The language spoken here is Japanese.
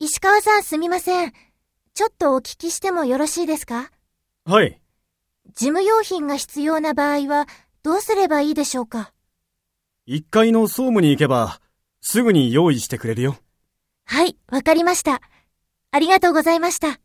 石川さんすみません。ちょっとお聞きしてもよろしいですかはい。事務用品が必要な場合はどうすればいいでしょうか1階の総務に行けば、すぐに用意してくれるよ。はい、わかりました。ありがとうございました。